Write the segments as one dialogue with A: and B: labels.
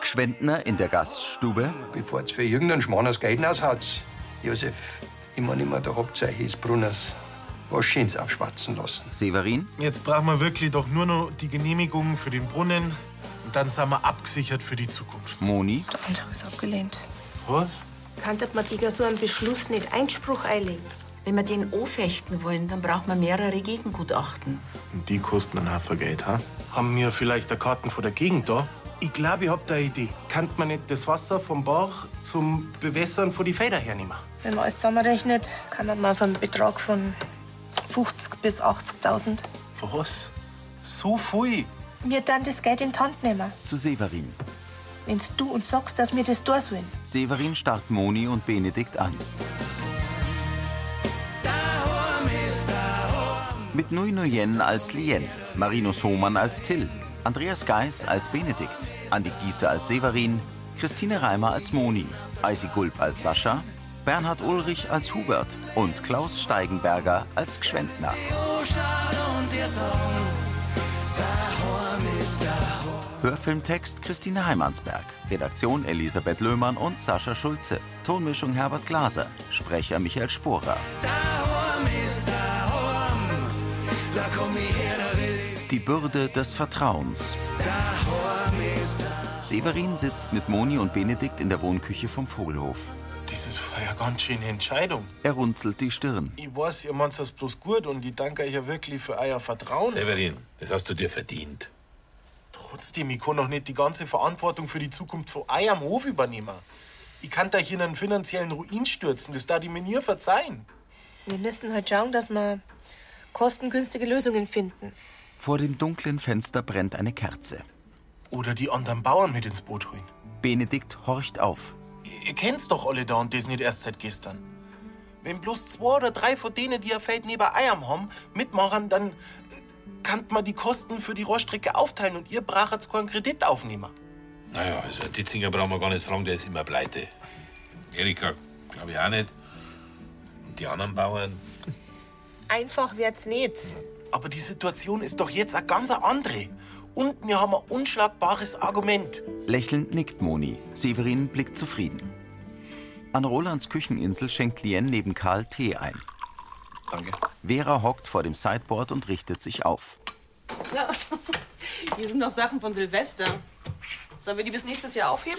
A: Schwendner in der Gaststube.
B: Bevor es für irgendeinen Schmaners Geld aushat's, Josef, ich meine immer der Hauptzeichen des Brunners. Was Schönes aufschwatzen lassen.
A: Severin,
C: Jetzt brauchen wir wirklich doch nur noch die Genehmigung für den Brunnen und dann sind wir abgesichert für die Zukunft.
A: Moni,
D: Der Antrag ist abgelehnt.
C: Was?
E: Kann man gegen so einen Beschluss nicht Einspruch einlegen?
F: Wenn wir den anfechten wollen, dann braucht man mehrere Gegengutachten.
G: Und die kosten einen Haufen Geld, ha?
C: Haben wir vielleicht eine Karten von der Gegend da? Ich glaube, ich hab da eine Idee. Kann man nicht das Wasser vom Bach zum Bewässern von die Felder hernehmen?
D: Wenn man alles zusammenrechnet, kann man mal auf einen Betrag von 50.000 bis 80.000.
C: Was? So viel?
D: Wir dann das Geld in die Hand nehmen,
A: zu Severin.
D: wenn du uns sagst, dass wir das tun sollen.
A: Severin starrt Moni und Benedikt an. Mit Nui Nguyen als Lien, Marinus Hohmann als Till, Andreas Geis als Benedikt, Andi Giese als Severin, Christine Reimer als Moni, Eisi Gulp als Sascha, Bernhard Ulrich als Hubert und Klaus Steigenberger als Gschwendner. Hörfilmtext Christine Heimansberg. Redaktion Elisabeth Löhmann und Sascha Schulze. Tonmischung Herbert Glaser. Sprecher Michael Sporer. Die Bürde des Vertrauens. Severin sitzt mit Moni und Benedikt in der Wohnküche vom Vogelhof.
C: Dieses war ja ganz schöne Entscheidung.
A: Er runzelt die Stirn.
C: Ich weiß, ihr meint das bloß gut und ich danke euch ja wirklich für euer Vertrauen.
G: Severin, das hast du dir verdient.
C: Trotzdem, ich kann noch nicht die ganze Verantwortung für die Zukunft von eurem Hof übernehmen. Ich kann euch in einen finanziellen Ruin stürzen, das darf ich mir nie verzeihen.
D: Wir müssen halt schauen, dass wir kostengünstige Lösungen finden.
A: Vor dem dunklen Fenster brennt eine Kerze.
C: Oder die anderen Bauern mit ins Boot holen.
A: Benedikt horcht auf.
C: Ihr kennt's doch alle da und das nicht erst seit gestern. Wenn bloß zwei oder drei von denen, die ihr Feld neben eurem haben, mitmachen, dann äh, kann man die Kosten für die Rohrstrecke aufteilen und ihr braucht jetzt keinen Kredit aufnehmen.
G: Naja, also einen Ditzinger brauchen wir gar nicht fragen, der ist immer pleite. Erika, glaube ich auch nicht. Und die anderen Bauern.
D: Einfach wird's nicht.
C: Aber die Situation ist doch jetzt eine ganz andere. Und wir haben ein unschlagbares Argument.
A: Lächelnd nickt Moni. Severin blickt zufrieden. An Rolands Kücheninsel schenkt Lien neben Karl Tee ein.
G: Danke.
A: Vera hockt vor dem Sideboard und richtet sich auf.
H: Hier sind noch Sachen von Silvester. Sollen wir die bis nächstes Jahr aufheben?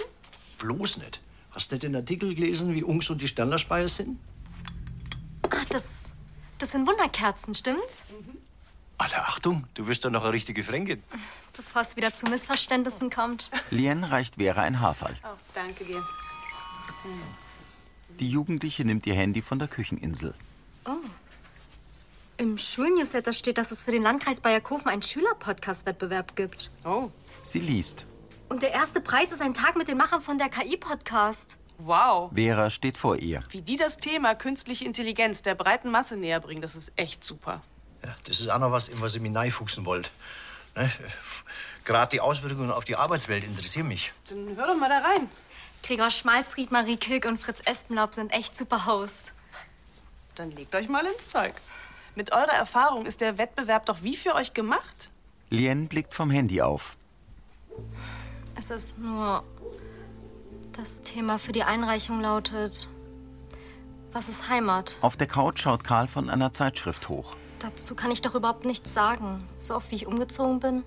I: Bloß nicht. Hast du nicht den Artikel gelesen, wie Ungs und die Sternerspeier sind?
J: Ach, das, das sind Wunderkerzen, stimmt's?
I: Alle Achtung, du wirst doch noch eine richtige Fränkin.
J: Bevor es wieder zu Missverständnissen kommt.
A: Lien reicht Vera ein Haferl.
H: Oh, danke dir.
A: Die Jugendliche nimmt ihr Handy von der Kücheninsel.
J: Oh. Im Schulnewsletter steht, dass es für den Landkreis Bayerkofen einen Schüler-Podcast-Wettbewerb gibt.
H: Oh,
A: Sie liest.
J: Und der erste Preis ist ein Tag mit den Machern von der KI-Podcast.
H: wow.
A: Vera steht vor ihr.
H: Wie die das Thema künstliche Intelligenz der breiten Masse näher bringen, das ist echt super.
I: Ja, das ist auch noch was, in was ihr mich reinfuchsen wollt. Ne? Gerade die Auswirkungen auf die Arbeitswelt interessieren mich.
H: Dann hör doch mal da rein.
J: Gregor Schmalzried, Marie Kilk und Fritz Espenlaub sind echt super Host.
H: Dann legt euch mal ins Zeug. Mit eurer Erfahrung ist der Wettbewerb doch wie für euch gemacht?
A: Lien blickt vom Handy auf.
J: Es ist nur. Das Thema für die Einreichung lautet. Was ist Heimat?
A: Auf der Couch schaut Karl von einer Zeitschrift hoch.
J: Dazu kann ich doch überhaupt nichts sagen. So oft wie ich umgezogen bin.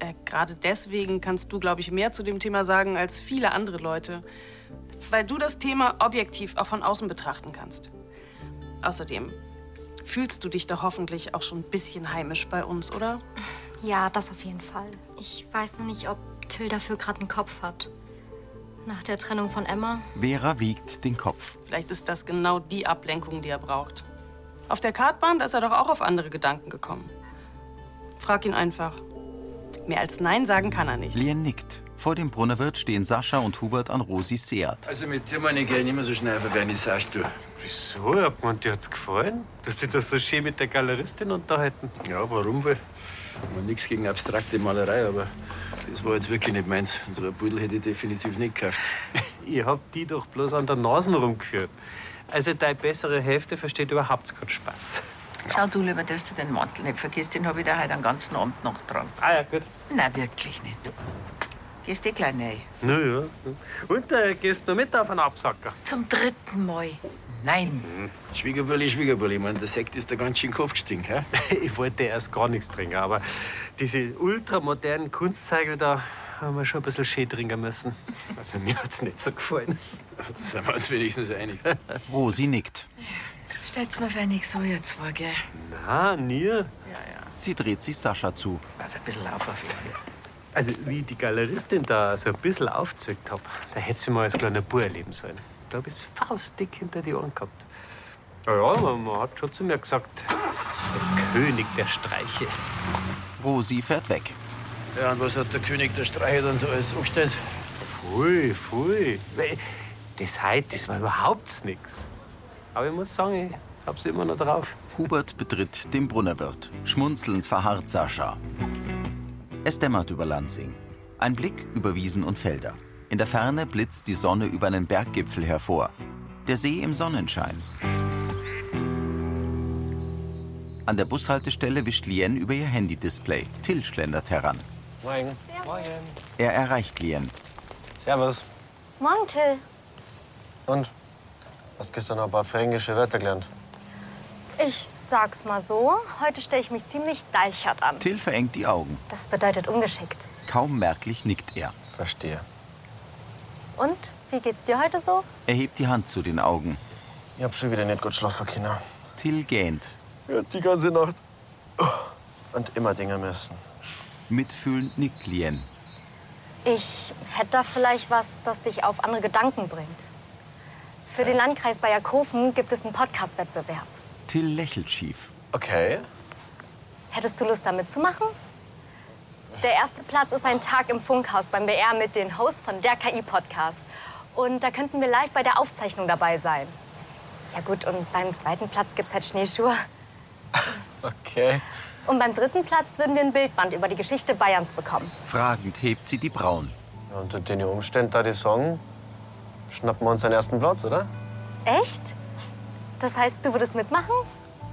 H: Äh, Gerade deswegen kannst du, glaube ich, mehr zu dem Thema sagen als viele andere Leute. Weil du das Thema objektiv auch von außen betrachten kannst. Außerdem fühlst du dich doch hoffentlich auch schon ein bisschen heimisch bei uns, oder?
J: Ja, das auf jeden Fall. Ich weiß nur nicht, ob Till dafür gerade einen Kopf hat. Nach der Trennung von Emma.
A: Vera wiegt den Kopf.
H: Vielleicht ist das genau die Ablenkung, die er braucht. Auf der Kartbahn, da ist er doch auch auf andere Gedanken gekommen. Frag ihn einfach. Mehr als Nein sagen kann er nicht.
A: Lien nickt. Vor dem Brunnerwirt stehen Sascha und Hubert an Rosi Seat.
B: Also mit dir meine ich nicht mehr so schnell verwenden, ich sagst du.
K: Wieso? Hat man dir jetzt gefallen? Dass die das so schön mit der Galeristin unterhalten?
B: Ja, warum wohl? Ich meine, nichts gegen abstrakte Malerei, aber das war jetzt wirklich nicht meins. Und so ein Pudel hätte ich definitiv nicht gekauft.
K: Ihr habt die doch bloß an der Nase rumgeführt. Also deine bessere Hälfte versteht überhaupt keinen Spaß.
L: Schau du lieber, dass du den Mantel nicht vergisst. Den habe ich dir heute den ganzen Abend noch dran.
K: Ah ja, gut.
L: Na, wirklich nicht. Gehst eh gleich rein.
K: Na ja. Und äh, gehst du mit auf einen Absacker?
L: Zum dritten Mal.
M: Nein.
K: Mhm.
M: Schwiegerbrülli, Schwiegerbrülli, ich meine, der Sekt ist da ganz schön Kopf gestiegen. Hä?
K: Ich wollte erst gar nichts trinken, aber diese ultramodernen Kunstzeigel da haben wir schon ein bisschen schön trinken müssen. Also mir hat's nicht so gefallen.
M: Da sind wir uns wenigstens einig.
A: Rosi nickt.
L: Stellt's mir für nichts so jetzt vor, gell?
K: Na, nie.
A: Sie dreht sich Sascha zu.
L: Also ein bisschen auf
K: Also, wie ich die Galeristin da so ein bisschen aufgezückt hab, da hätte sie mal als kleiner Bub erleben sollen. Da hab ich's faustdick hinter die Ohren gehabt. Ja, ja, man, man hat schon zu mir gesagt, der König der Streiche.
A: Rosi fährt weg.
M: Ja, und was hat der König der Streiche dann so alles angestellt?
K: Pfui, pfui. Weil Das heute, das war überhaupt nichts. Aber ich muss sagen, ich hab's immer noch drauf.
A: Hubert betritt den Brunnerwirt. Schmunzelnd verharrt Sascha. Es dämmert über Lansing. Ein Blick über Wiesen und Felder. In der Ferne blitzt die Sonne über einen Berggipfel hervor. Der See im Sonnenschein. An der Bushaltestelle wischt Lien über ihr Handy-Display. Till schlendert heran.
N: Morgen. Morgen.
A: Er erreicht Lien.
N: Servus.
J: Morgen, Till.
N: Und? Hast gestern noch ein paar fränkische Wörter gelernt?
J: Ich sag's mal so, heute stelle ich mich ziemlich deichert an.
A: Till verengt die Augen.
J: Das bedeutet ungeschickt.
A: Kaum merklich nickt er.
N: Verstehe.
J: Und, wie geht's dir heute so?
A: Er hebt die Hand zu den Augen.
N: Ich hab schon wieder nicht gut schlafen können.
A: Till gähnt.
N: Ja, die ganze Nacht. Und immer Dinge müssen.
A: Mitfühlend nickt Lien.
J: Ich hätte da vielleicht was, das dich auf andere Gedanken bringt. Für den Landkreis Bayerkofen gibt es einen Podcast-Wettbewerb.
A: Till lächelt schief.
N: Okay.
J: Hättest du Lust, damit zu machen? Der erste Platz ist ein Tag im Funkhaus beim BR mit den Hosts von der KI-Podcast. Und da könnten wir live bei der Aufzeichnung dabei sein. Ja gut, und beim zweiten Platz gibt's halt Schneeschuhe.
N: Okay.
J: Und beim dritten Platz würden wir ein Bildband über die Geschichte Bayerns bekommen.
A: Fragend hebt sie die Brauen.
N: Ja, unter den Umständen da die Song schnappen wir uns den ersten Platz, oder?
J: Echt? Das heißt, du würdest mitmachen?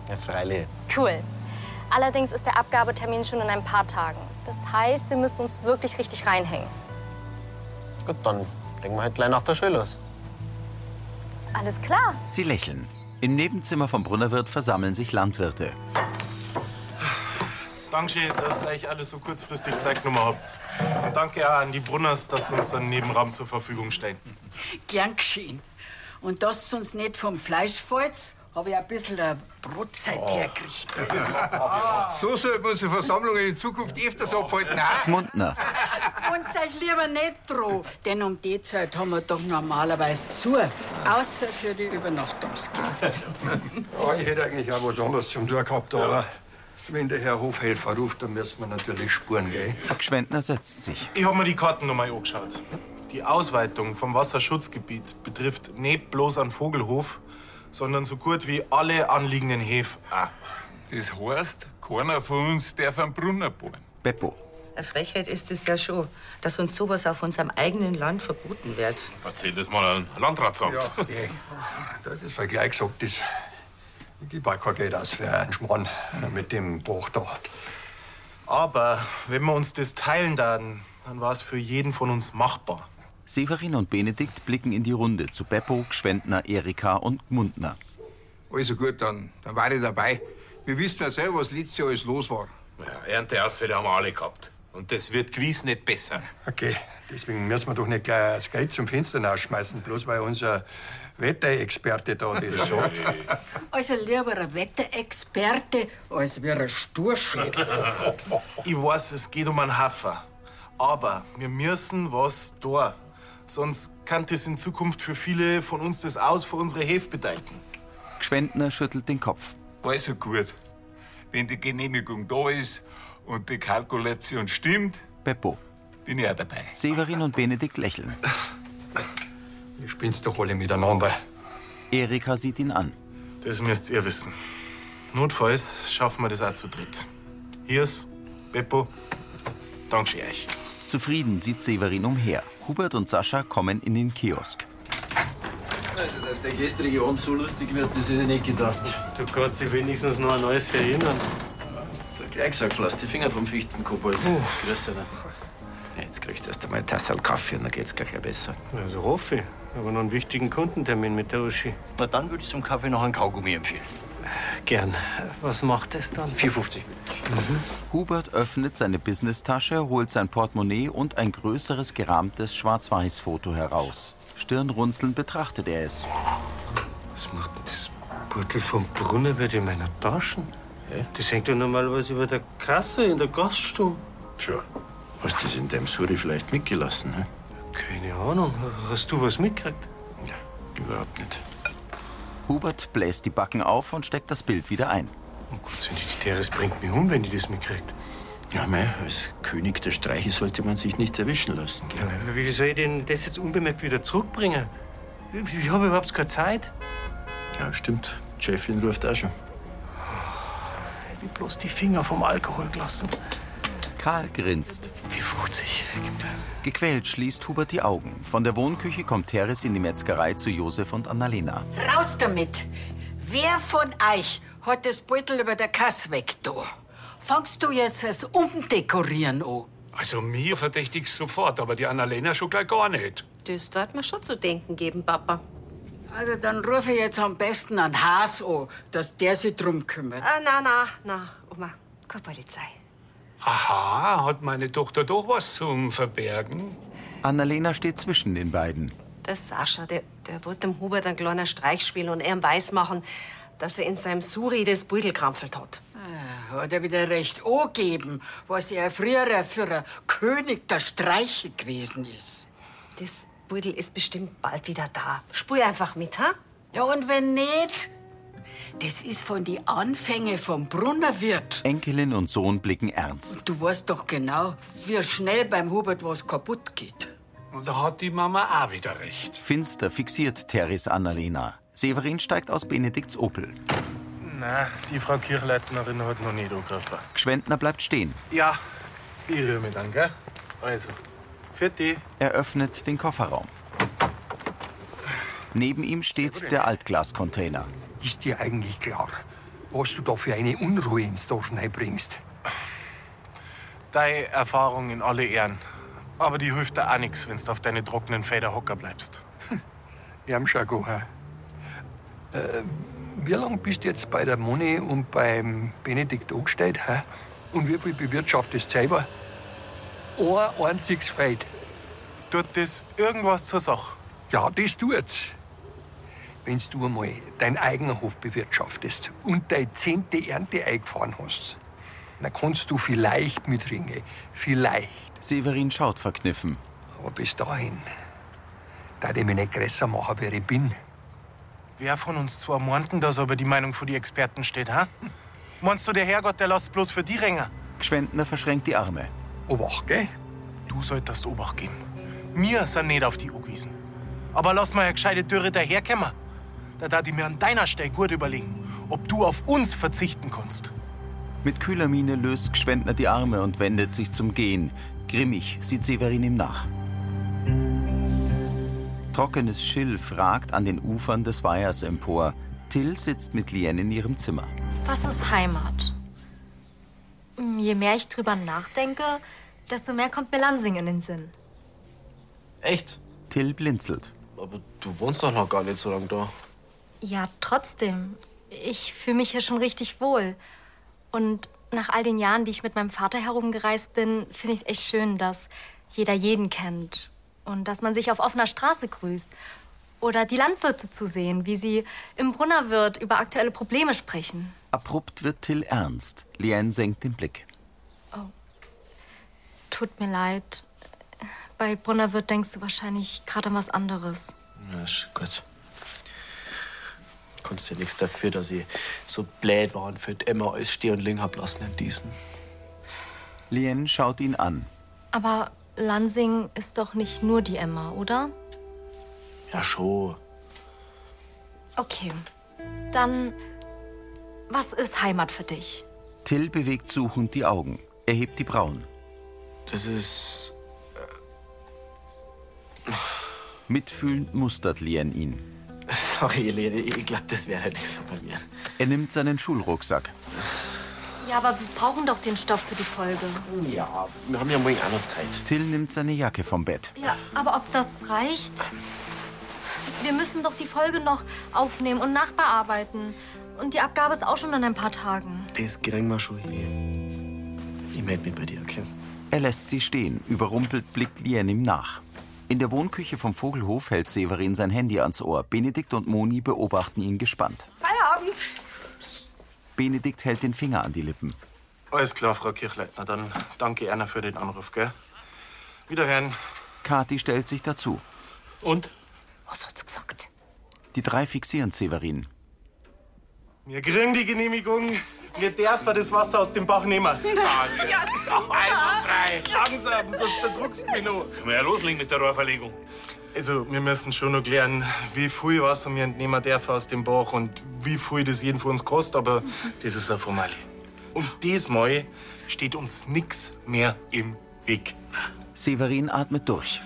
N: Ja, freilich.
J: Cool. Allerdings ist der Abgabetermin schon in ein paar Tagen. Das heißt, wir müssen uns wirklich richtig reinhängen.
N: Gut, dann legen wir halt gleich nach der Schule los.
J: Alles klar.
A: Sie lächeln. Im Nebenzimmer vom Brunnerwirt versammeln sich Landwirte.
C: Danke, dass ihr euch alles so kurzfristig gezeigt genommen habt. Und danke auch an die Brunners, dass sie uns einen Nebenraum zur Verfügung stellen.
O: Gern geschehen. Und dass uns nicht vom Fleisch fällt, habe ich ein bisschen eine Brotzeit hergerichtet.
P: So sollten wir unsere Versammlungen in Zukunft öfters abhalten. auch.
A: Mundner.
O: Und seid lieber nicht dran, denn um die Zeit haben wir doch normalerweise zu. Außer für die Übernachtungskiste.
B: Ja, Ah, ich hätte eigentlich auch was anderes zum Tun gehabt, aber wenn der Herr Hofhelfer ruft, dann müssen wir natürlich spuren, gell?
A: Gschwendner setzt sich.
C: Ich habe mir die Karten nochmal angeschaut. Die Ausweitung vom Wasserschutzgebiet betrifft nicht bloß an Vogelhof, sondern so gut wie alle anliegenden Häfen. Ah.
Q: Das heißt, keiner von uns darf einen Brunner bohren.
A: Beppo.
R: Eine Frechheit ist es ja schon, dass uns sowas auf unserem eigenen Land verboten wird.
G: Erzähl das mal an Landratsamt.
B: Das ist Vergleich gesagt, das. Ich gebe auch kein Geld aus für einen Schmarrn äh, mit dem Buch da.
C: Aber wenn wir uns das teilen, dann, dann war es für jeden von uns machbar.
A: Severin und Benedikt blicken in die Runde zu Beppo, Gschwendner, Erika und Mundner.
P: Also gut, dann, dann war ich dabei. Wir wissen ja selber, was letztes Jahr alles los war.
G: Ja, Ernteausfälle haben wir alle gehabt. Und das wird gewiss nicht besser.
B: Okay, deswegen müssen wir doch nicht gleich das Geld zum Fenster rausschmeißen, bloß weil unser Wetterexperte da das sagt.
O: Also lieber ein Wetterexperte als wir ein Sturschädel.
C: Ich weiß, es geht um einen Hafer. Aber wir müssen was da. Sonst kann das in Zukunft für viele von uns das Aus für unsere Hefe bedeuten.
A: Gschwendner schüttelt den Kopf.
Q: Also gut. Wenn die Genehmigung da ist und die Kalkulation stimmt,
A: Beppo.
Q: bin ich auch dabei.
A: Severin und Benedikt lächeln.
B: Ihr spinnt doch alle miteinander.
A: Erika sieht ihn an.
C: Das müsst ihr wissen. Notfalls schaffen wir das auch zu dritt. Hiers, Beppo, danke euch.
A: Zufrieden sieht Severin umher. Hubert und Sascha kommen in den Kiosk.
M: Also, dass der gestrige Abend so lustig wird, das hätte ich nicht gedacht.
K: Du kannst dich wenigstens noch an alles erinnern.
M: Gleich gesagt, lass die Finger vom Fichtenkobold. Grüß dich. Jetzt kriegst du erst einmal eine Tasse Kaffee und dann geht's gleich besser.
K: Also hoffe ich. Aber noch einen wichtigen Kundentermin mit der Uschi.
I: Na, dann würde ich zum Kaffee noch einen Kaugummi empfehlen.
K: Gern. Was macht es dann?
I: 4,50.
A: Hubert öffnet seine Businesstasche, holt sein Portemonnaie und ein größeres gerahmtes Schwarz-Weiß-Foto heraus. Stirnrunzelnd betrachtet er es.
K: Was macht denn das Beutel vom Brunner wird in meiner Tasche? Das hängt ja normalerweise über der Kasse in der Gaststube.
M: Tja, hast du das in deinem Suri vielleicht mitgelassen, ne?
K: Keine Ahnung. Hast du was mitgekriegt?
M: Überhaupt nicht.
A: Hubert bläst die Backen auf und steckt das Bild wieder ein.
K: Oh Gott, sind die Teres bringt mich um, wenn die das mitkriegt.
M: Ja, mei, als König der Streiche sollte man sich nicht erwischen lassen.
K: Ja, Wie soll ich denn das jetzt unbemerkt wieder zurückbringen? Ich, ich habe überhaupt keine Zeit.
M: Ja, stimmt. Die Chefin ruft auch schon.
K: Ich hab bloß die Finger vom Alkohol gelassen.
A: Karl grinst.
K: Wie 50.
A: Gequält schließt Hubert die Augen. Von der Wohnküche kommt Teres in die Metzgerei zu Josef und Annalena.
O: Raus damit! Wer von euch hat das Beutel über der Kasse weg da? Fangst du jetzt das Umdekorieren an?
S: Also mir verdächtig sofort, aber die Annalena schon gleich gar nicht.
O: Das darf mir schon zu denken geben, Papa. Also dann rufe ich jetzt am besten einen Haas an, dass der sich drum kümmert.
E: Ah, na, na, na, Oma, keine Polizei.
S: Aha, hat meine Tochter doch was zum Verbergen?
A: Annalena steht zwischen den beiden.
E: Der Sascha, der, der wird dem Hubert einen kleinen Streich spielen und ihm weismachen, dass er in seinem Suri das Beutel krampfelt hat.
O: Ah, Hat er wieder recht angeben, was er früher für ein König der Streiche gewesen ist.
E: Das Beutel ist bestimmt bald wieder da. Spul einfach mit, ha?
O: Ja, und wenn nicht? Das ist von den Anfängen vom Brunnerwirt.
A: Enkelin und Sohn blicken ernst.
O: Du weißt doch genau, wie schnell beim Hubert was kaputt geht.
S: Und da hat die Mama auch wieder recht.
A: Finster fixiert Teres Annalena. Severin steigt aus Benedikts Opel.
T: Na, die Frau Kirchleitnerin hat noch nicht angegriffen.
A: Gschwendner bleibt stehen.
T: Ja, ich rühre mich dann, gell? Also, für die.
A: Er öffnet den Kofferraum. Neben ihm steht der Altglascontainer.
B: Ist dir eigentlich klar, was du da für eine Unruhe ins Dorf bringst?
T: Deine Erfahrung in alle Ehren. Aber die hilft dir auch nichts, wenn du auf deine trockenen Feder hocker bleibst.
B: Ja, am Schagoha. Äh, wie lange bist du jetzt bei der Moni und beim Benedikt angestellt? Hä? Und wie viel bewirtschaftest du selber? Ein einziges Feld.
T: Tut das irgendwas zur Sache?
B: Ja, das tut's. Wenn du einmal deinen eigenen Hof bewirtschaftest und deine zehnte Ernte eingefahren hast, dann kannst du vielleicht mitringen. Vielleicht.
A: Severin schaut verkniffen.
B: Aber bis dahin, da ich mich nicht größer machen, wer ich bin.
T: Wer von uns zwei meint denn, dass aber die Meinung von die Experten steht, ha? Meinst du, der Herrgott, der lässt bloß für die Ränger?
A: Gschwendner verschränkt die Arme.
B: Obacht, gell?
T: Du solltest Obacht geben. Wir sind nicht auf die angewiesen. Aber lass mal eine gescheite Dürre daherkommen. Da darf ich mir an deiner Stelle gut überlegen, ob du auf uns verzichten kannst.
A: Mit kühler Miene löst Gschwendner die Arme und wendet sich zum Gehen. Grimmig sieht Severin ihm nach. Trockenes Schilf ragt an den Ufern des Weihers empor. Till sitzt mit Lien in ihrem Zimmer.
J: Was ist Heimat? Hm, Je mehr ich drüber nachdenke, desto mehr kommt mir Lansing in den Sinn.
A: Echt? Till blinzelt.
M: Aber du wohnst doch noch gar nicht so lange da.
J: Ja, trotzdem. Ich fühle mich hier schon richtig wohl. Und nach all den Jahren, die ich mit meinem Vater herumgereist bin, finde ich es echt schön, dass jeder jeden kennt. Und dass man sich auf offener Straße grüßt. Oder die Landwirte zu sehen, wie sie im Brunnerwirt über aktuelle Probleme sprechen.
A: Abrupt wird Till ernst. Lien senkt den Blick.
J: Oh. Tut mir leid. Bei Brunnerwirt denkst du wahrscheinlich gerade an was anderes.
M: Na, ist gut. Kannst ja nichts dafür, dass ich so blöd war und für die Emma alles stehen und liegen hab lassen in diesen.
A: Lien schaut ihn an.
J: Aber Lansing ist doch nicht nur die Emma, oder?
M: Ja, schon.
J: Okay. Dann, was ist Heimat für dich?
A: Till bewegt suchend die Augen. Er hebt die Brauen.
M: Das ist.
C: äh,
A: Mitfühlend mustert Lien ihn.
M: Sorry, Helene, ich glaube, das wäre halt nichts mehr bei mir.
A: Er nimmt seinen Schulrucksack.
J: Ja, aber wir brauchen doch den Stoff für die Folge.
C: Ja, wir haben ja morgen auch noch Zeit.
A: Till nimmt seine Jacke vom Bett.
J: Ja, aber ob das reicht? Wir müssen doch die Folge noch aufnehmen und nachbearbeiten. Und die Abgabe ist auch schon in ein paar Tagen.
C: Das kriegen wir schon hin. Ich melde mich bei dir, okay?
A: Er lässt sie stehen. Überrumpelt blickt Lien ihm nach. In der Wohnküche vom Vogelhof hält Severin sein Handy ans Ohr. Benedikt und Moni beobachten ihn gespannt.
U: Feierabend.
A: Benedikt hält den Finger an die Lippen.
C: Alles klar, Frau Kirchleitner. Dann danke Erna für den Anruf, gell? Wiederhören.
A: Kathi stellt sich dazu.
C: Und?
A: Was hat's gesagt? Die drei fixieren Severin.
C: Wir kriegen die Genehmigung. Wir dürfen das Wasser aus dem Bach nehmen.
U: Ja,
C: Einwandfrei. Langsam, sonst erdruckst du mich noch.
G: Können wir ja loslegen mit der Rohrverlegung.
C: Also, wir müssen schon noch klären, wie viel Wasser wir entnehmen dürfen aus dem Bach und wie viel das jeden von uns kostet, aber das ist eine Formalie. Und diesmal steht uns nichts mehr im Weg.
A: Severin atmet durch.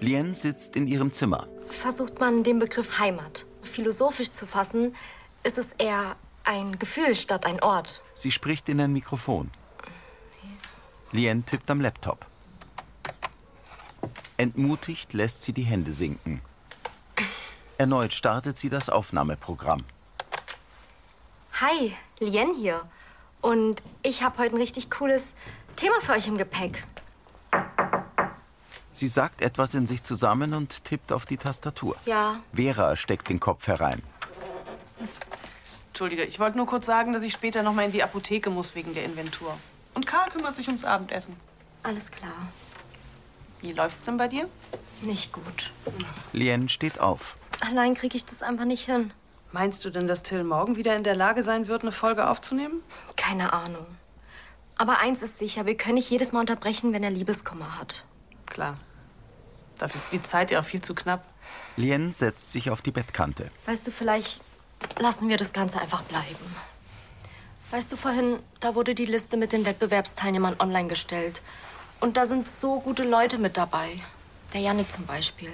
A: Lien sitzt in ihrem Zimmer.
J: Versucht man den Begriff Heimat philosophisch zu fassen, ist es eher ein Gefühl statt ein Ort.
A: Sie spricht in ein Mikrofon. Lien tippt am Laptop. Entmutigt lässt sie die Hände sinken. Erneut startet sie das Aufnahmeprogramm.
J: Hi, Lien hier. Und ich habe heute ein richtig cooles Thema für euch im Gepäck.
A: Sie sagt etwas in sich zusammen und tippt auf die Tastatur.
J: Ja.
A: Vera steckt den Kopf herein.
H: Entschuldige, ich wollte nur kurz sagen, dass ich später noch mal in die Apotheke muss wegen der Inventur. Und Karl kümmert sich ums Abendessen.
J: Alles klar.
H: Wie läuft's denn bei dir?
J: Nicht gut.
A: Lien steht auf.
J: Allein kriege ich das einfach nicht hin.
H: Meinst du denn, dass Till morgen wieder in der Lage sein wird, eine Folge aufzunehmen?
J: Keine Ahnung. Aber eins ist sicher, wir können nicht jedes Mal unterbrechen, wenn er Liebeskummer hat.
H: Klar. Dafür ist die Zeit ja auch viel zu knapp.
A: Lien setzt sich auf die Bettkante.
J: Weißt du, vielleicht lassen wir das Ganze einfach bleiben. Weißt du, vorhin, da wurde die Liste mit den Wettbewerbsteilnehmern online gestellt. Und da sind so gute Leute mit dabei. Der Janik zum Beispiel.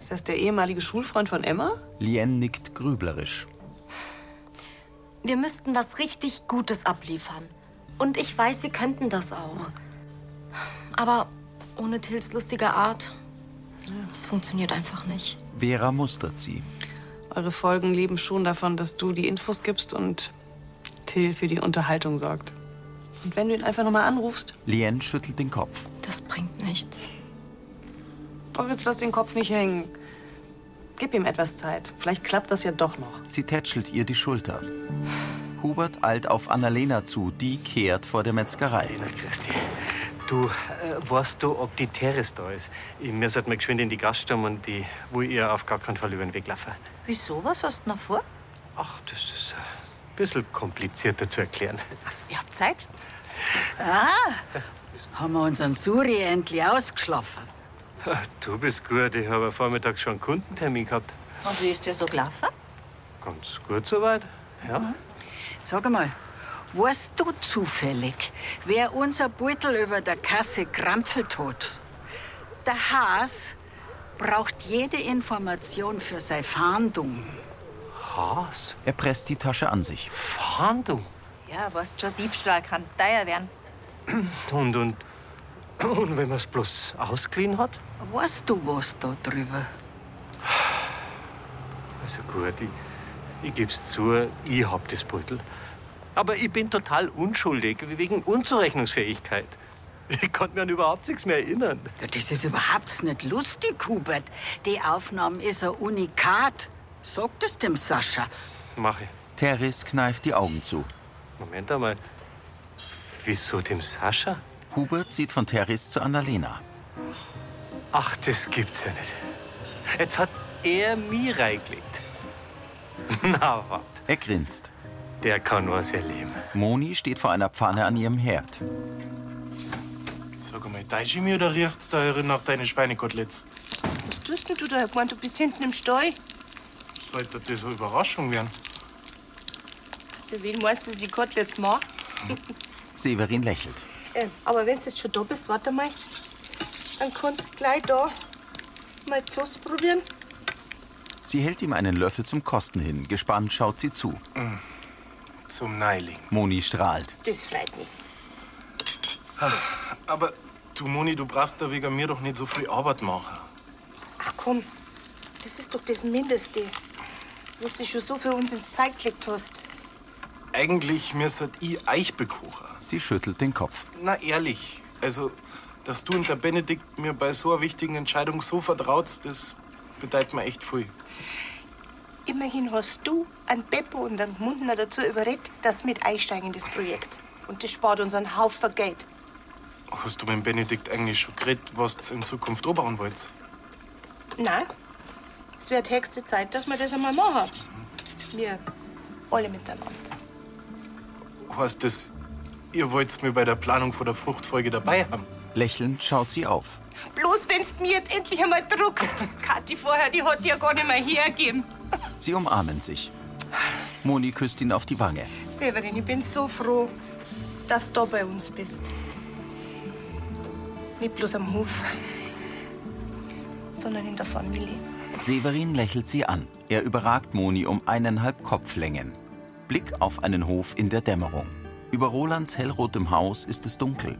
H: Ist das der ehemalige Schulfreund von Emma?
A: Lien nickt grüblerisch.
J: Wir müssten was richtig Gutes abliefern. Und ich weiß, wir könnten das auch. Aber ohne Tils lustige Art, es funktioniert einfach nicht.
A: Vera mustert sie.
H: Eure Folgen leben schon davon, dass du die Infos gibst und Till für die Unterhaltung sorgt. Und wenn du ihn einfach nochmal anrufst,
A: Lien schüttelt den Kopf.
J: das bringt nichts.
H: oh, jetzt lass den Kopf nicht hängen. Gib ihm etwas Zeit. Vielleicht klappt das ja doch noch.
A: Sie tätschelt ihr die Schulter. Hubert eilt auf Annalena zu, die kehrt vor der Metzgerei.
K: Du, äh, weißt du, ob die Teres da ist? Ich muss halt mal geschwind in die Gaststube und die will ihr auf gar keinen Fall über den Weg laufen.
L: Wieso? Was hast du noch vor?
K: Ach, das ist ein bisschen komplizierter zu erklären.
L: Ihr habt Zeit?
O: Ah, haben wir unseren Suri endlich ausgeschlafen.
K: Du bist gut, ich habe am Vormittag schon einen Kundentermin gehabt.
L: Und wie ist dir so gelaufen?
K: Ganz gut soweit, ja?
O: Sag mal, weißt du zufällig, wer unser Beutel über der Kasse krampfelt hat? Der Haas braucht jede Information für seine Fahndung.
K: Haas?
A: Er presst die Tasche an sich.
K: Fahndung?
L: Ja, was schon Diebstahl kann teuer werden.
K: Und, und, und wenn man es bloß ausgeliehen hat?
O: Weißt du was da drüber?
K: Also gut, ich, ich geb's zu, ich hab das Beutel. Aber ich bin total unschuldig, wegen Unzurechnungsfähigkeit. Ich konnte mir an überhaupt nichts mehr erinnern.
O: Ja, das ist überhaupt nicht lustig, Hubert. Die Aufnahme ist ein Unikat. Sag das dem Sascha.
K: Mach ich.
A: Teres kneift die Augen zu.
K: Moment einmal. Wieso dem Sascha?
A: Hubert sieht von Teres zu Annalena.
K: Ach, das gibt's ja nicht. Jetzt hat er mir reingelegt. Na, wart.
A: Er grinst.
K: Der kann was erleben.
A: Moni steht vor einer Pfanne an ihrem Herd.
C: Sag mal, täusche ich mich oder riecht's da herin nach deinen Schweinekoteletts?
V: Was tust denn du da? Ich mein, du bist hinten im Stall.
C: Sollte das eine Überraschung werden?
V: Für wen meinst du, dass ich die Koteletts mache?
A: Severin lächelt.
V: Äh, aber wenn du jetzt schon da bist, warte mal. Dann kannst du gleich da mal die Soße probieren.
A: Sie hält ihm einen Löffel zum Kosten hin. Gespannt schaut sie zu.
C: Zum Neiling.
A: Moni strahlt.
V: Das freut mich.
C: Ah, Aber du, Moni, du brauchst da wegen mir doch nicht so viel Arbeit machen.
V: Ach komm, das ist doch das Mindeste, was du schon so für uns ins Zeug gelegt hast.
C: Eigentlich müsstet ich euch bekochen.
A: Sie schüttelt den Kopf.
C: Na, ehrlich. Also, dass du und der Benedikt mir bei so einer wichtigen Entscheidung so vertraut, das bedeutet mir echt viel.
V: Immerhin hast du an Beppo und an Mundner dazu überredet, dass sie mit einsteigen in das Projekt. Und das spart uns einen Haufen Geld.
C: Hast du mit dem Benedikt eigentlich schon geredet, was du in Zukunft anbauen wollt?
V: Nein, es wird höchste Zeit, dass wir das einmal machen. Wir alle miteinander.
C: Heißt das, ihr wollt mir bei der Planung vor der Fruchtfolge dabei haben?
A: Lächelnd schaut sie auf.
V: Bloß wenn's mir jetzt endlich einmal druckst. Kathi vorher, die hat dir ja gar nicht mehr hergegeben.
A: Sie umarmen sich. Moni küsst ihn auf die Wange.
V: Severin, ich bin so froh, dass du bei uns bist. Nicht bloß am Hof, sondern in der Familie.
A: Severin lächelt sie an. Er überragt Moni um eineinhalb Kopflängen. Blick auf einen Hof in der Dämmerung. Über Rolands hellrotem Haus ist es dunkel.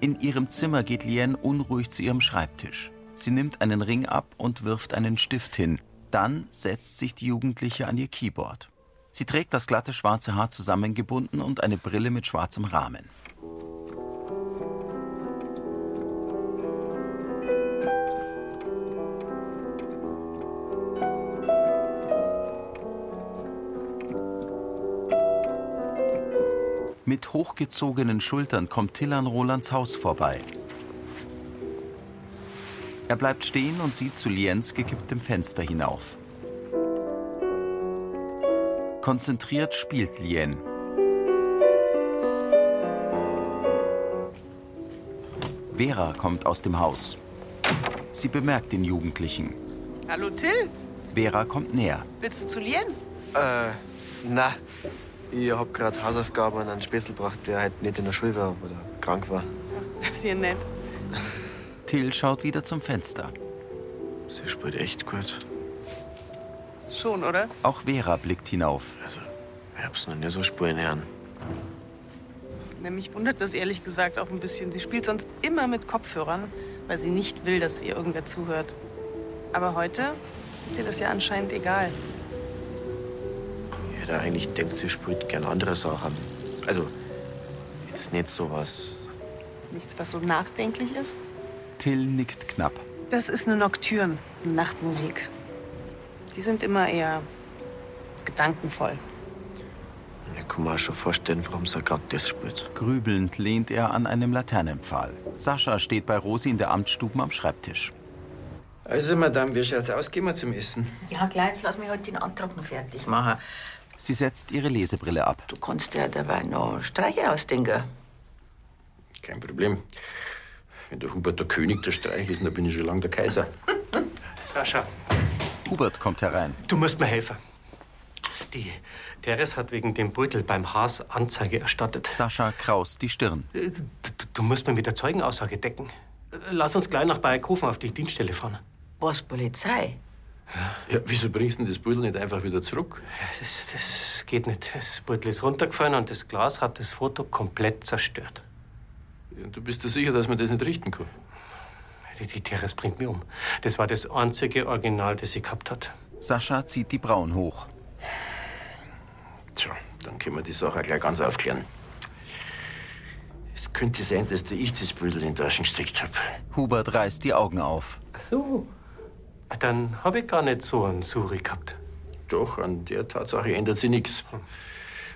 A: In ihrem Zimmer geht Lien unruhig zu ihrem Schreibtisch. Sie nimmt einen Ring ab und wirft einen Stift hin. Dann setzt sich die Jugendliche an ihr Keyboard. Sie trägt das glatte schwarze Haar zusammengebunden und eine Brille mit schwarzem Rahmen. Mit hochgezogenen Schultern kommt Till an Rolands Haus vorbei. Er bleibt stehen und sieht zu Liens gekipptem Fenster hinauf. Konzentriert spielt Lien. Vera kommt aus dem Haus. Sie bemerkt den Jugendlichen.
H: Hallo Till,
A: Vera kommt näher.
H: willst du zu Lien?
N: Äh, na, ich hab grad Hausaufgaben an einen Späßel gebracht, der halt nicht in der Schule war oder krank war.
H: Das ist ja nett.
A: Till schaut wieder zum Fenster.
N: Sie spielt eh, echt gut.
H: Schon, oder?
A: Auch Vera blickt hinauf.
N: Ich hab's Also, noch nie so spielen hören.
H: Ne, Mich wundert das ehrlich gesagt auch ein bisschen. Sie spielt sonst immer mit Kopfhörern, weil sie nicht will, dass ihr irgendwer zuhört. Aber heute ist ihr das ja anscheinend egal.
N: Ich hätte eigentlich gedacht, sie spielt gern andere Sachen. Also, jetzt nicht sowas.
H: Nichts, was so nachdenklich ist.
A: Till nickt knapp.
H: Das ist eine Nocturne, eine Nachtmusik. Die sind immer eher gedankenvoll.
N: Ich kann mir auch schon vorstellen, warum sie gerade das spielt.
A: Grübelnd lehnt er an einem Laternenpfahl. Sascha steht bei Rosi in der Amtsstube am Schreibtisch.
M: Also, Madame, wie schaut's aus? Gehen wir zum Essen.
L: Ja, gleich, jetzt lass mich heute den Antrag noch fertig machen.
A: Mache. Sie setzt ihre Lesebrille ab.
L: Du kannst ja dabei noch Streiche ausdenken.
M: Kein Problem. Wenn der Hubert der König der Streich ist, dann bin ich schon lange der Kaiser.
K: Sascha,
A: Hubert kommt herein.
K: du musst mir helfen. Die Teres hat wegen dem Beutel beim Haas Anzeige erstattet. Äh,
A: Sascha kraust die Stirn.
K: Du, du musst mir mit der Zeugenaussage decken. Äh, Lass uns gleich nach Bayerkofen auf die Dienststelle fahren.
L: Was, Polizei?
M: Ja, wieso bringst du denn das Pudel nicht einfach wieder zurück?
K: Das, das geht nicht. Das Beutel ist runtergefallen und das Glas hat das Foto komplett zerstört.
M: Ja, Du bist dir sicher, dass man das nicht richten kann?
K: Die, die Teres bringt mich um. Das war das einzige Original, das sie gehabt hat.
A: Sascha zieht die Brauen hoch.
M: Tja, dann können wir die Sache gleich ganz aufklären. Es könnte sein, dass der ich das Pudel in die Taschen gesteckt habe.
A: Hubert reißt die Augen auf.
K: Ach so. Dann habe ich gar nicht so einen Suri gehabt. Hm.
M: Doch, an der Tatsache ändert sich nichts.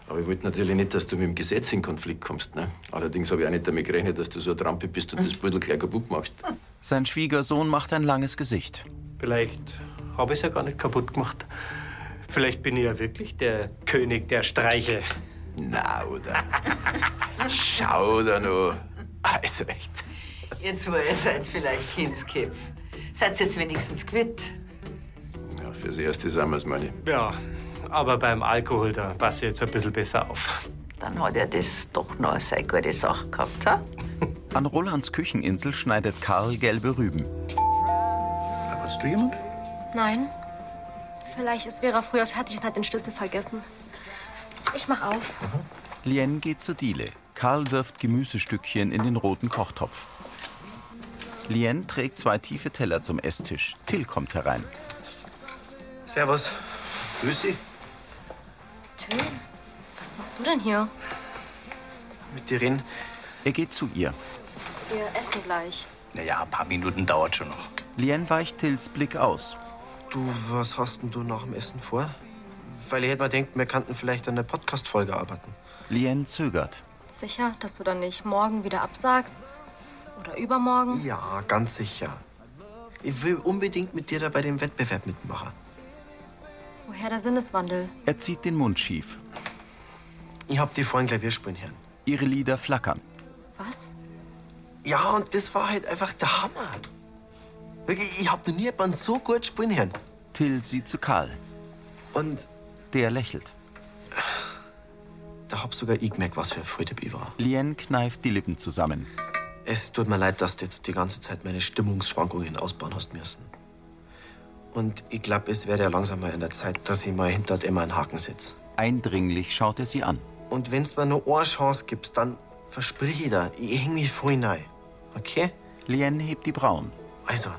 M: Aber ich wollte natürlich nicht, dass du mit dem Gesetz in Konflikt kommst. Ne? Allerdings habe ich auch nicht damit gerechnet, dass du so eine Trampe bist
K: Hm.
M: und das Pudel gleich kaputt machst.
A: Sein Schwiegersohn macht ein langes Gesicht.
K: Vielleicht habe ich es ja gar nicht kaputt gemacht. Vielleicht bin ich ja wirklich der König der Streiche.
M: Na, oder? Schau da nur. Also echt.
L: Jetzt war ihr seid vielleicht hinskipf. Seid jetzt wenigstens quitt.
M: Ja, fürs Erste sind wir es, meine ich.
K: Ja, aber beim Alkohol, da passe ich jetzt ein bisschen besser auf.
L: Dann hat er das doch noch seine gute Sache gehabt, ha?
A: An Rolands Kücheninsel schneidet Karl gelbe Rüben. Hast du jemand?
J: Nein. Vielleicht ist Vera früher fertig und hat den Schlüssel vergessen. Ich mach auf.
A: Lien geht zur Diele. Karl wirft Gemüsestückchen in den roten Kochtopf. Lien trägt zwei tiefe Teller zum Esstisch. Till kommt herein.
I: Servus. Grüß dich.
J: Till, was machst du denn hier?
A: Mit dir reden? Er geht zu ihr.
J: Wir essen gleich.
I: Naja, ein paar Minuten dauert schon noch.
A: Lien weicht Tills Blick aus.
N: Du, was hast denn du nach dem Essen vor? Weil ich hätte mal denkt, wir könnten vielleicht an der Podcast-Folge arbeiten.
A: Lien zögert.
J: Sicher, dass du dann nicht morgen wieder absagst? Oder übermorgen?
N: Ja, ganz sicher. Ich will unbedingt mit dir da bei dem Wettbewerb mitmachen.
J: Woher der Sinneswandel?
A: Er zieht den Mund schief.
N: Ich hab dir vorhin Klavier spielen hören.
A: Ihre Lieder flackern.
J: Was?
N: Ja, und das war halt einfach der Hammer. Wirklich, ich hab noch nie jemanden so gut spielen hören.
A: Till sieht zu Karl.
N: Und
A: der lächelt.
N: Da hab sogar ich gemerkt, was für ein Freude ich war.
A: Lien kneift die Lippen zusammen.
N: Es tut mir leid, dass du jetzt die ganze Zeit meine Stimmungsschwankungen ausbauen hast müssen. Und ich glaube, es wäre ja langsam mal in der Zeit, dass ich mal hinter immer einen Haken sitze.
A: Eindringlich schaut er sie an.
N: Und wenn's mir nur eine Chance gibt, dann versprich ich da, ich häng mich voll rein. Okay?
A: Lien hebt die Brauen.
N: Also,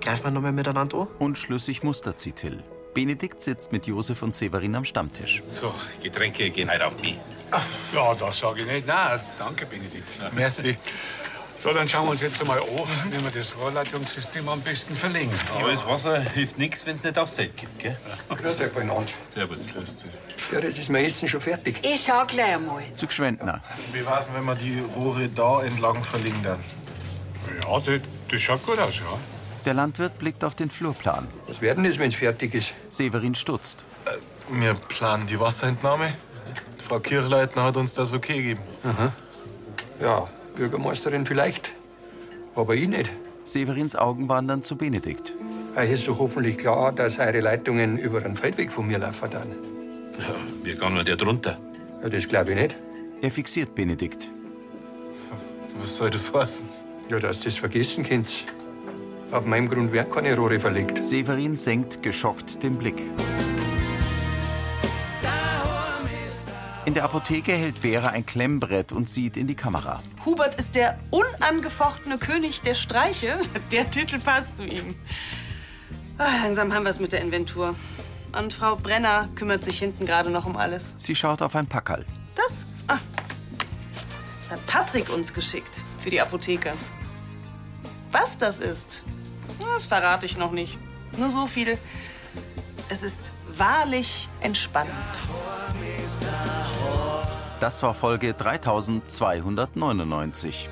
N: greifen wir nochmal miteinander an?
A: Unschlüssig mustert sie Till. Benedikt sitzt mit Josef und Severin am Stammtisch.
G: So, Getränke gehen heute auf mich.
S: Ja, das sage ich nicht. Nein, danke, Benedikt. Merci. So, dann schauen wir uns jetzt einmal an, wie wir das Rohrleitungssystem am besten verlegen.
G: Aber das Wasser hilft nichts, wenn es nicht aufs Feld gibt, gell?
B: Grüß euch, Benannt.
G: Servus. Grüß dich.
B: Ja, das ist mein Essen schon fertig.
O: Ich schau gleich einmal.
A: Zu Gschwendner.
F: Wie war's denn, wenn wir die Rohre da entlang verlegen dann?
S: Ja, das, das schaut gut aus, ja.
A: Der Landwirt blickt auf den Flurplan.
B: Was werden das, wenn's fertig ist?
A: Severin stutzt.
F: Äh, Wir planen die Wasserentnahme. Die Frau Kirchleitner hat uns das okay gegeben.
B: Aha. Ja, Bürgermeisterin vielleicht. Aber ich nicht.
A: Severins Augen wandern zu Benedikt.
B: Euch ist doch hoffentlich klar, dass eure Leitungen über den Feldweg von mir laufen dann.
G: Ja, wir gehen mal der drunter.
B: Ja, das glaube ich nicht.
A: Er fixiert Benedikt.
B: Was soll das heißen? Ja, dass das vergessen könnt. Auf meinem Grund werden keine Rohre verlegt.
A: Severin senkt geschockt den Blick. In der Apotheke hält Vera ein Klemmbrett und sieht in die Kamera.
H: Hubert ist der unangefochtene König der Streiche. Der Titel passt zu ihm. Ah, langsam haben wir es mit der Inventur. Und Frau Brenner kümmert sich hinten gerade noch um alles.
A: Sie schaut auf ein Packerl.
H: Das? Ah. Das hat Patrick uns geschickt für die Apotheke. Was das ist, das verrate ich noch nicht. Nur so viel. Es ist wahrlich entspannend.
A: Das war Folge 3299.